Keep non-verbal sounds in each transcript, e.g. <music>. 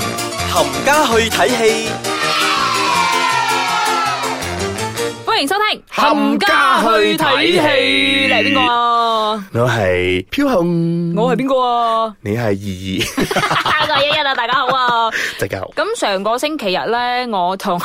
冚家去睇戲，欢迎收听《冚家去睇戲嗯你系边个啊？我系飘红，我系边个 <laughs> 啊？你系 <laughs> 二我系一一啊！大家好啊！二，直教 <laughs> 咁上個星期日咧，我同 <laughs>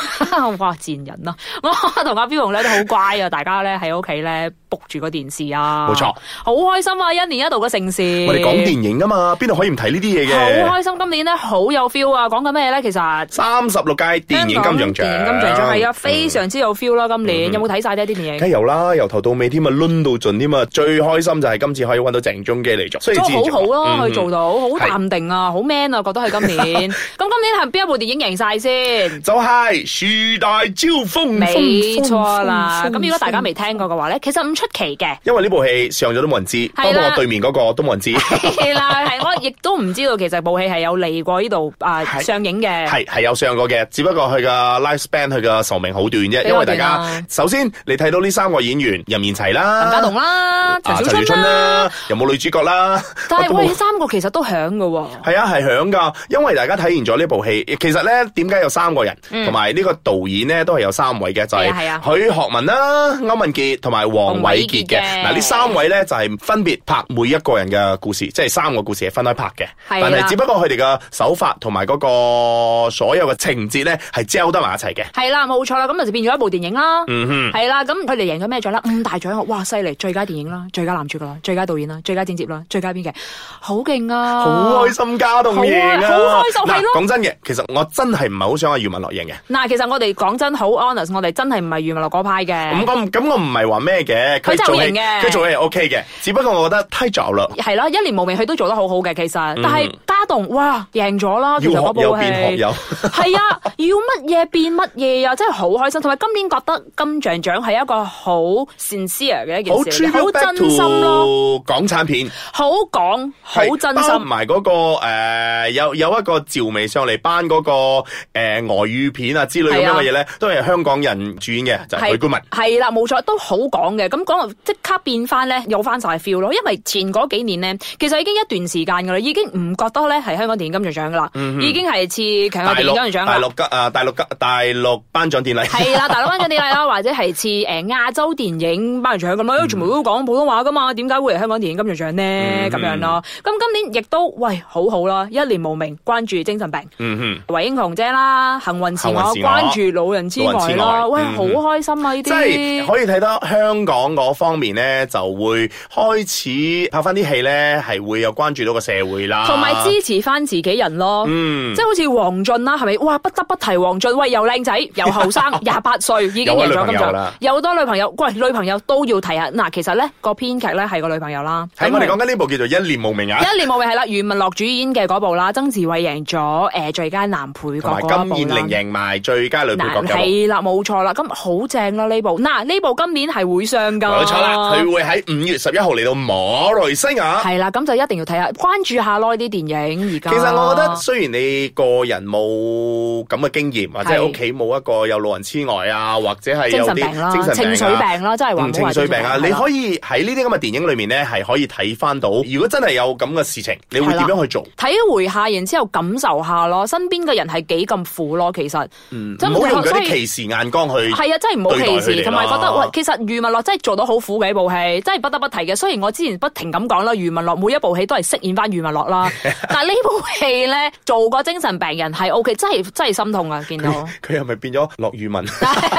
哇賤人啊！我 <laughs> 同阿標紅咧都好乖啊，大家咧喺屋企咧 book 住個電視啊，冇錯，好開心啊！一年一度嘅盛事，我哋讲电影啊嘛，边度可以唔睇呢啲嘢好嘅？開心，今年咧好有 feel 啊！講緊咩咧？其實三十六届电影金像奖，嗯電影金像獎係啊，非常之有 feel 啦！今年有冇睇晒呢啲電梗影？係有啦，由頭到尾添啊，攆到盡添啊！最開心就係今次可以揾到鄭中基嚟做，雖都然之前好好嗯咯，哼佢做到好係淡定啊，好 man 啊，覺得佢今 <laughs> 年。咁今年係邊一部電影贏晒先？就係樹大招風，冇錯啦，風咁如果大家未聽過嘅話咧，其實唔出奇 <laughs> 嘅。因為呢部戲上咗都冇人知，包係啦括我對面嗰個都冇 <laughs> 人知，係啦，係我亦都唔知道，其實部戲係有嚟過呢度啊係上映嘅。係係有上過嘅，只不過佢嘅 lifespan 佢嘅壽命好短啫，比因較為大短家啊首先你睇到呢三個演員任賢齊林家棟啦。啦，陳啊小陳小春春啦啦，，有冇女主角啦？ <laughs> 但我係都冇喂，三個其實都響嘅喎。系啊，係響噶，因為大家睇完咗呢部戲，其實咧點解有三個人，同埋呢個導演咧都係有三位嘅，就係嗯係啊係啊許學文啦、歐文傑同埋黃偉傑黃嘅。偉傑嘅嗱，呢三位咧就係分別拍每一個人嘅故事，即係三個故事係分開拍嘅。係但啦係只不過佢哋嘅手法同埋嗰個所有嘅情節咧係交得埋一齊嘅。係啦，冇錯啦，咁就變咗一部電影啦。嗯哼。係啦，咁佢哋贏咗咩獎啦？五大獎，哇，犀利！最佳電影啦，最佳男主角啦，最佳導演啦，最佳剪接啦，最佳編劇，好勁啊！好開！心加動贏好啊啊！好開心係嗱咯講真嘅，其實我真係唔係好想阿余文樂贏嘅。嗱，其實我哋講真好 honest，我哋真係唔係余文樂嗰派嘅咁。我唔咁我唔係話咩嘅，佢就做型戲嘅佢做戲係 OK 嘅，只不過我覺得太早啦。係啦，一年無名佢都做得好好嘅，其實，但係家棟哇贏咗啦，其嗯要實嗰學部有戲變學有，係 <laughs> 啊，要乜嘢變乜嘢啊，真係好開心。同埋今年覺得金像獎係一個好 sincere 嘅一好件事嚟嘅，好 tribute 真 back 心咯， to 港產片，好講，好係真包心。埋嗰個誒有有一個趙薇上嚟班嗰個誒外語片啊之類咁樣嘅嘢咧，都係香港人主演嘅，就係許冠文。係啦，冇錯，都好講嘅。咁講到即刻變翻咧，有翻晒 feel 咯。因為前嗰幾年咧，其實已經一段時間噶啦，已經唔覺得咧係香港電影金像獎噶啦，已經係似強大有電影金陸像獎㗎嗯大啦。陸啊大陸大陸頒獎典禮。係啦，大陸頒獎典禮啦，啊或者係似誒亞洲電影頒獎咁啦，因為全部都講普通話噶嘛，點解會嚟香港電影金像獎呢？嗯咁樣咯，咁今年亦都喂好好啦，一年無名關注精神病。嗯哼。惠英紅姐啦，幸運是我幸運是我關注老人痴老呆人痴啦，呆喂，嗯好開心啊！呢即係啲可以睇得香港嗰方面咧，就會開始拍翻啲戲咧，係會有關注到個社會啦，同埋支持翻自己人咯，啊嗯即係好似黃俊啦，係咪？哇，不得不提黃俊，喂，又靚仔，又後 <laughs> 生，廿八歲已經有贏位女咗朋咁友就啦有多女朋友，喂，女朋友都要提下。嗱，其實咧個編劇咧係個女朋友啦，係我咁哋佢講緊呢部叫做《一念無名》啊，一年冇咪係啦，余文樂主演嘅嗰部啦，曾志偉贏咗誒最佳男配角同埋嗰一金部燕玲啦。贏埋最佳女配角嗱，嘅。係啦，冇錯啦，咁好正啦呢部，嗱呢部今年係會上㗎，冇錯啦，佢會喺五月十一號嚟到馬來西亞。係啦，啊咁就一定要睇下，關注下咯呢啲電影而家。其實我覺得，雖然你個人冇咁嘅經驗，或者係屋企冇一個有老人痴呆啊，或者係精有神啲病啦、精神情病緒啊病啦，真係話嗯唔好情話緒病啊，精你神可以喺呢啲咁嘅電影裏面咧，係可以睇翻到，如果真係有咁嘅事情，你會係點啦樣去做？睇回下，然之後感受下咯，身邊嘅人係幾咁苦咯，其實。嗯唔好用嗰啲歧視眼光去。 <laughs> 係啊，真係唔好歧視，對待佢哋啦啊同埋覺得喂，其實余文樂真係做到好苦嘅一部戲，真係不得不提嘅。雖然我之前不停咁講啦，余文樂每一部戲都係飾演翻余文樂 <laughs> 啦，但係呢部戲咧做過精神病人係 O K，真係真係心痛啊！見到佢係咪變咗落語 <laughs> 文？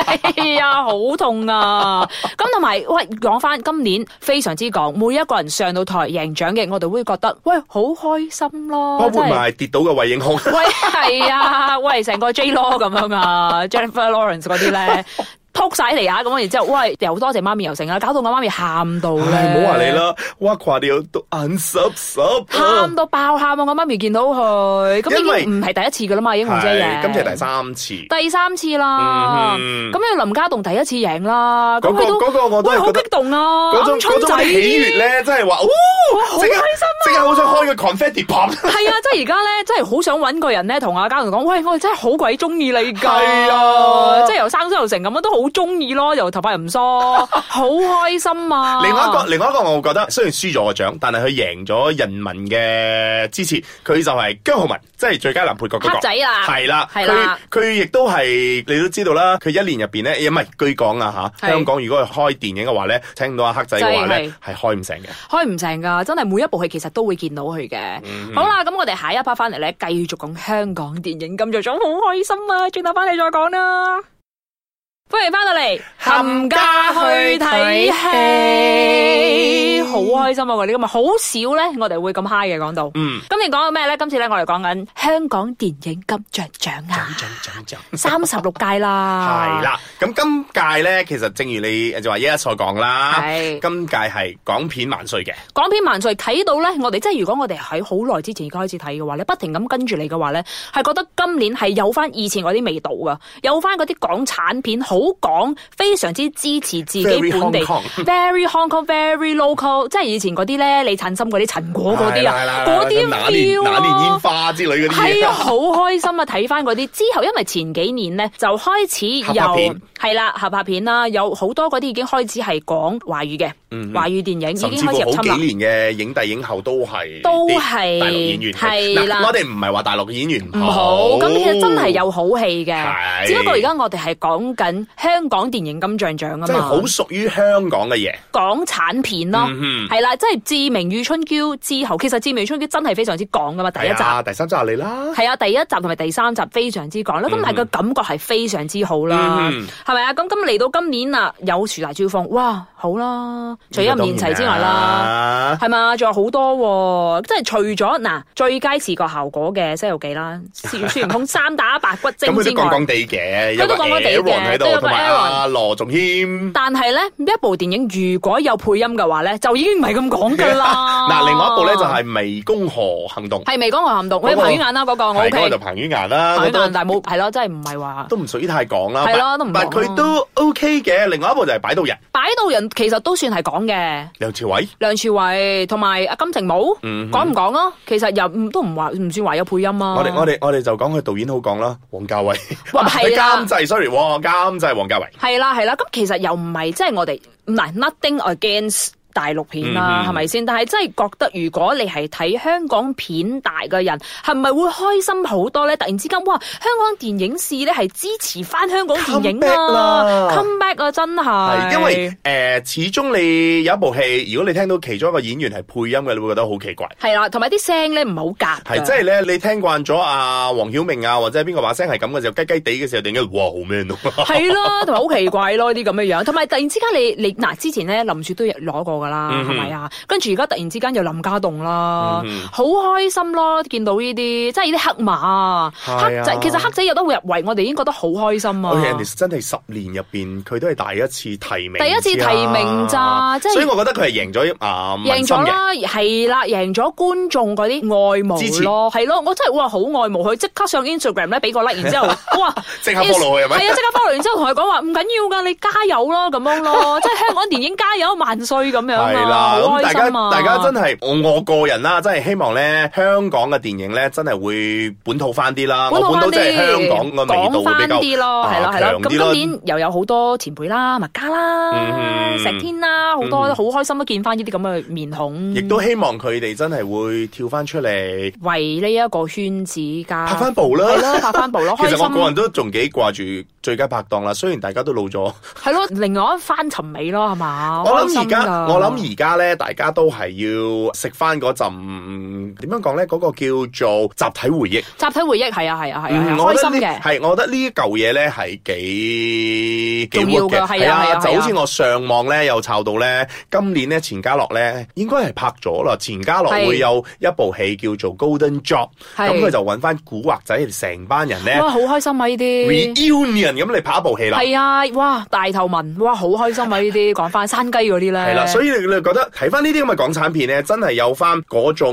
係啊，好痛啊！咁同埋喂，講翻今年非常之講，每一個人上到台贏獎嘅，我哋會覺得喂好開心咯包，哦真括係。埋跌倒嘅魏影雄。喂，係啊，喂，成個 J Law 咁樣啊，Jennifer Lawrence 嗰啲咧。撲晒嚟啊！咁樣然之後，喂，又多謝媽咪又成啦，搞到我媽咪喊到咧，唉，唔好話你，啦，哇垮掉到眼濕濕。喊到爆喊啊！我媽咪見到佢，咁因為已經唔係第一次噶啦嘛，英雄姐係贏，今次係第三次。第三次啦，嗯哼咁你林家棟第一次贏啦，咁嗰個佢都嗰個我都喂係好覺得激動啊，嗰鵪鶉種嗰種仔喜悅咧，真係話，哦，好即刻開心啊即刻好想開個 confetti pop。 <laughs> 係啊，即係而家咧，真係好想揾個人咧，同阿嘉倫講，喂，我真係好鬼中意你㗎，係啊即係由生疏又成咁樣，都好好中意咯，又頭髮又 <laughs> 唔梳，好開心啊！另外一個，另外一個，我覺得雖然輸咗個獎，但係佢贏咗人民嘅支持。佢就係姜浩文，即係最佳男配角嗰、那個。黑仔啊啦係啦，係啦佢佢亦都係你都知道啦。佢一年入邊咧，亦唔係據講啊嚇。係香港如果佢開電影嘅話咧，請唔到阿黑仔嘅話咧，係開唔成嘅。開唔成㗎，真係每一部戲其實都會見到佢嘅。嗯好啦，咁我哋下一 part 翻嚟咧，繼續講香港電影金像獎，好開心啊！轉頭翻嚟再講啦。歡迎翻到嚟，冚家去睇戲好開心啊！我哋今日好少咧，我哋會咁 high 嘅講到。嗯，今年講到咩咧？今次咧，我哋講緊香港電影金像獎 <laughs> 啊，獎獎獎。三十六屆啦，嗯係，啦，咁今屆咧，其實正如你就話一一所講啦，係今屆係港片萬歲嘅，港片萬歲睇到咧，我哋即係如果我哋喺好耐之前已經開始睇嘅話咧，不停咁跟住你嘅話咧，係覺得今年係有翻以前嗰啲味道噶，有翻嗰啲港產片好港，非常之支持自己 Very 本地 Hong Kong ，very Hong Kong very local，即係以前嗰啲咧，李燦森嗰啲陳果嗰啲係啦啊，係啦嗰啲那年 feel 那年煙啊。花之類嗰啲係啊，嘢，好開心啊！睇翻嗰啲之後，因為前幾年咧就開始合拍有片係啦合拍片啦，有好多嗰啲已經開始係講華語嘅、嗯華語電影已甚經至開始乎入好侵啦。幾年嘅影帝影后都係都啲係大陸演員嚟，係啦嗱我哋唔係話大陸演員唔唔好，咁其實真係有好戲嘅，係只不過而家我哋係講緊香港電影金像獎啊真係好嘛，屬於香港嘅嘢，港產片咯，嗯係啦，即係《志明與春嬌》之後，其實《志明與春嬌》真係非常之港噶嘛，第一集係。啊，第三集係你啦，係啊，第一集同埋第三集非常之講啦，咁但係個感覺係非常之好啦嗯，係咪啊？咁咁嚟到今年啊，有樹大招風，哇，好啦，除咗面齊之外啦，啦。係嘛，仲有好多喎，即係除咗嗱最佳視覺效果嘅《西遊 <laughs> 記》啦，《孫悟空三打白骨咁精佢都之講外講。地嘅，佢有都個講講地嘅 Aaron 喺都度，有個同埋 Aaron 阿羅仲謙。但係咧，一部電影如果有配音嘅話咧，就已經唔係咁講噶啦。 <laughs> 嗱，另外一部咧就係《湄公河行動》，係湄公河行動，我有嗰個彭于晏啦，嗰個我係嗰個 OK，就彭于晏啦，彭于我晏，都但係冇係咯，真係唔係話都唔屬於太港啦，係咯但都唔但講啦佢都 OK 嘅。另外一部就係《擺渡人》，擺渡人，其實都算係講嘅。梁朝偉。梁朝偉同埋阿金城武嗯講唔講啊？其實又唔都唔話唔算話有配音啊。我哋我哋我哋就講佢導演好講啦，王家衛，哇 <laughs> 唔係啦監製，sorry，哇監製王家衛，係啦係啦，咁其實又唔係即係我哋嗱 nothing against。大陸片啦，嗯係咪先？但係真係覺得，如果你係睇香港片大嘅人，係咪會開心好多咧？突然之間，哇！香港電影市咧係支持翻香港電影 Comeback 啊啦，comeback 啊，真係。係因為诶，始終你有一部戲，如果你聽到其中一個演員係配音嘅，你會覺得好奇怪。係啦，同埋啲聲咧唔係好夾㗎。係即係咧，你聽慣咗阿黃曉明啊，或者係邊個把聲係咁嘅時候，雞雞地嘅時候，突然間哇好 <laughs> man 咯，係啦，同埋好奇怪咯啲咁嘅樣，同埋突然之間你你嗱之前咧林雪都有攞過噶啦，嗯係哼嗯咪啊？跟住而家突然之間又林家棟啦，好、開心咯！見到呢啲即係呢啲黑馬啊，黑係啊仔其實黑仔有得入圍，我哋已經覺得好開心我人啊！哋真係十年入邊，佢都係第一次提名，第一次提名咋即係所以我覺得佢係贏咗啊，民贏心咗嘅。啦，係啦，贏咗觀眾嗰啲愛慕支持咯，係咯，我真係哇好愛慕佢，即刻上 Instagram 咧俾個 like，然之後哇即刻 follow 佢係咪係啊，即刻 follow，然之後同佢講話唔緊要㗎，你加油咯咁樣 <laughs> 咯，即係香港電影加油萬歲咁樣係啊，啦，好咁大開家心啊！大家真係我我個人啦，真係希望咧香港嘅電影咧真係會本土翻啲啦，本我土翻本土即係啲，香港嘅味講道會翻比啲較咯，係咯啊係咯。強咁啲咯今年又有好多前輩啦，麥嘉啦、嗯石天啦，好多好開心都見翻呢啲咁嘅面孔，亦都希望佢哋真係會跳翻出嚟為呢一個圈子加拍翻部係啦。咯，拍翻部咯， <laughs> 其開實我個人心啊都仲幾掛住最佳拍檔啦，雖然大家都老咗。係咯，另外一番尋味咯，係嘛？我諗而開心㗎家，我諗而家咧，大家都係要食翻嗰陣點樣講咧？嗰、個叫做集體回憶。集體回憶係啊係啊係啊，嗯，開我覺心得呢嘅。係，我覺得呢一嚿嘢咧係幾幾重要 work 㗎嘅，係啊係啊就係啊好似我上網咧有抄到咧，今年咧錢嘉樂咧應該係拍咗啦，錢嘉樂係會有一部戲叫做《Golden Job》，係咁佢就揾翻古惑仔成班人咧哇，好開心啊！呢啲 reunion 咁嚟拍一部戲啦。啊係啊，哇，大頭文，哇，好開心啊！呢啲講翻山雞嗰啲咧，係啦，所以以你覺得睇翻呢啲咁嘅港產片咧，真係有翻嗰種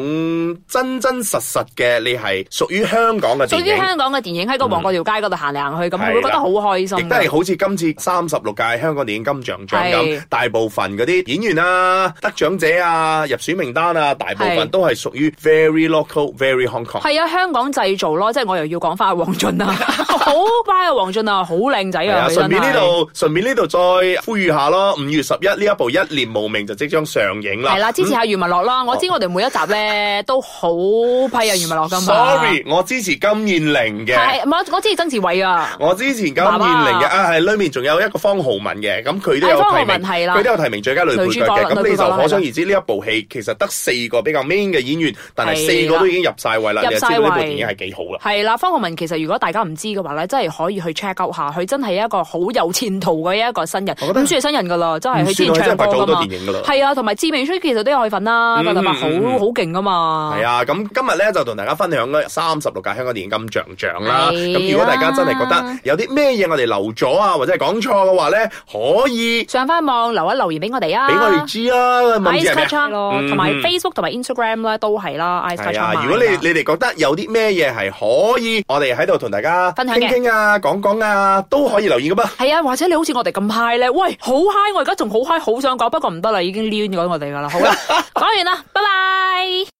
真真實實嘅，你係屬於香港嘅電屬於影。香港嘅電影喺個旺角條街嗰度行嚟行去，咁係啦我會覺得好開心啊亦㗎。都係好似今次三十六屆香港電影金像獎咁係，大部分嗰啲演員啊、得獎者啊、入選名單啊，大部分係都係屬於 very local、very Hong Kong。係啊，香港製造咯，即係我又要講翻阿黃俊 <laughs> 啊，好 by 啊黃俊啊，好靚仔係啊，啊，佢順真便呢係。度，順便呢度再呼籲下咯。五月十一呢一部《一念無名》就即將上映啦。係啦，支持下余文樂嗯啦！我知我哋每一集咧都好批啊余文樂噶嘛。嗯 Sorry，我支持金燕玲嘅。係，唔係我支持曾志偉啊。我之前金燕玲嘅啊，係裏面仲有一個方浩文嘅，咁佢都有係啊方提浩名文，係啦佢都有提名最佳女配角女嘅，主角咁女主你角就啦可想而知呢一部戲其實得四個比較 main 嘅演員，但係係四個都已經入晒位啦，入你就知道晒呢部位電影係幾好啦。係啦，方浩文其實如果大家唔知嘅話咧，真係可以去 check out 下，佢真係一個好有前途嘅一個新人，我覺得唔算係新人噶啦，真係唔佢之前算佢真係唱拍咗歌噶好多嘛。電影噶啦。係啊，同埋致命書其實都有佢份啦，嗯個特拍好嗯嗯好勁噶嘛。係啊，咁今日咧就同大家分享咧三十六屆香港電影金像獎啦。係啊咁如果大家真係覺得啦有啲咩嘢我哋漏咗啊，或者係講錯嘅話咧，可以上翻網留一留言俾我哋啊，俾我哋知啊。問住 Ice 人 Catch 哋 Up 咯，嗯同埋 Facebook 同埋 Instagram 咧都係啦，Ice Catch Up 係啊，賣如果你㗎你哋覺得有啲咩嘢係可以，我哋喺度同大家分享嘅傾傾啊、講講啊，都可以留言噶噃。係啊，或者你好似我哋咁 high 咧，喂，好 <laughs> high！我而家仲好 high，好想講，不過唔得啦，已經攣咗我哋噶啦。好啦，講完啦，拜拜。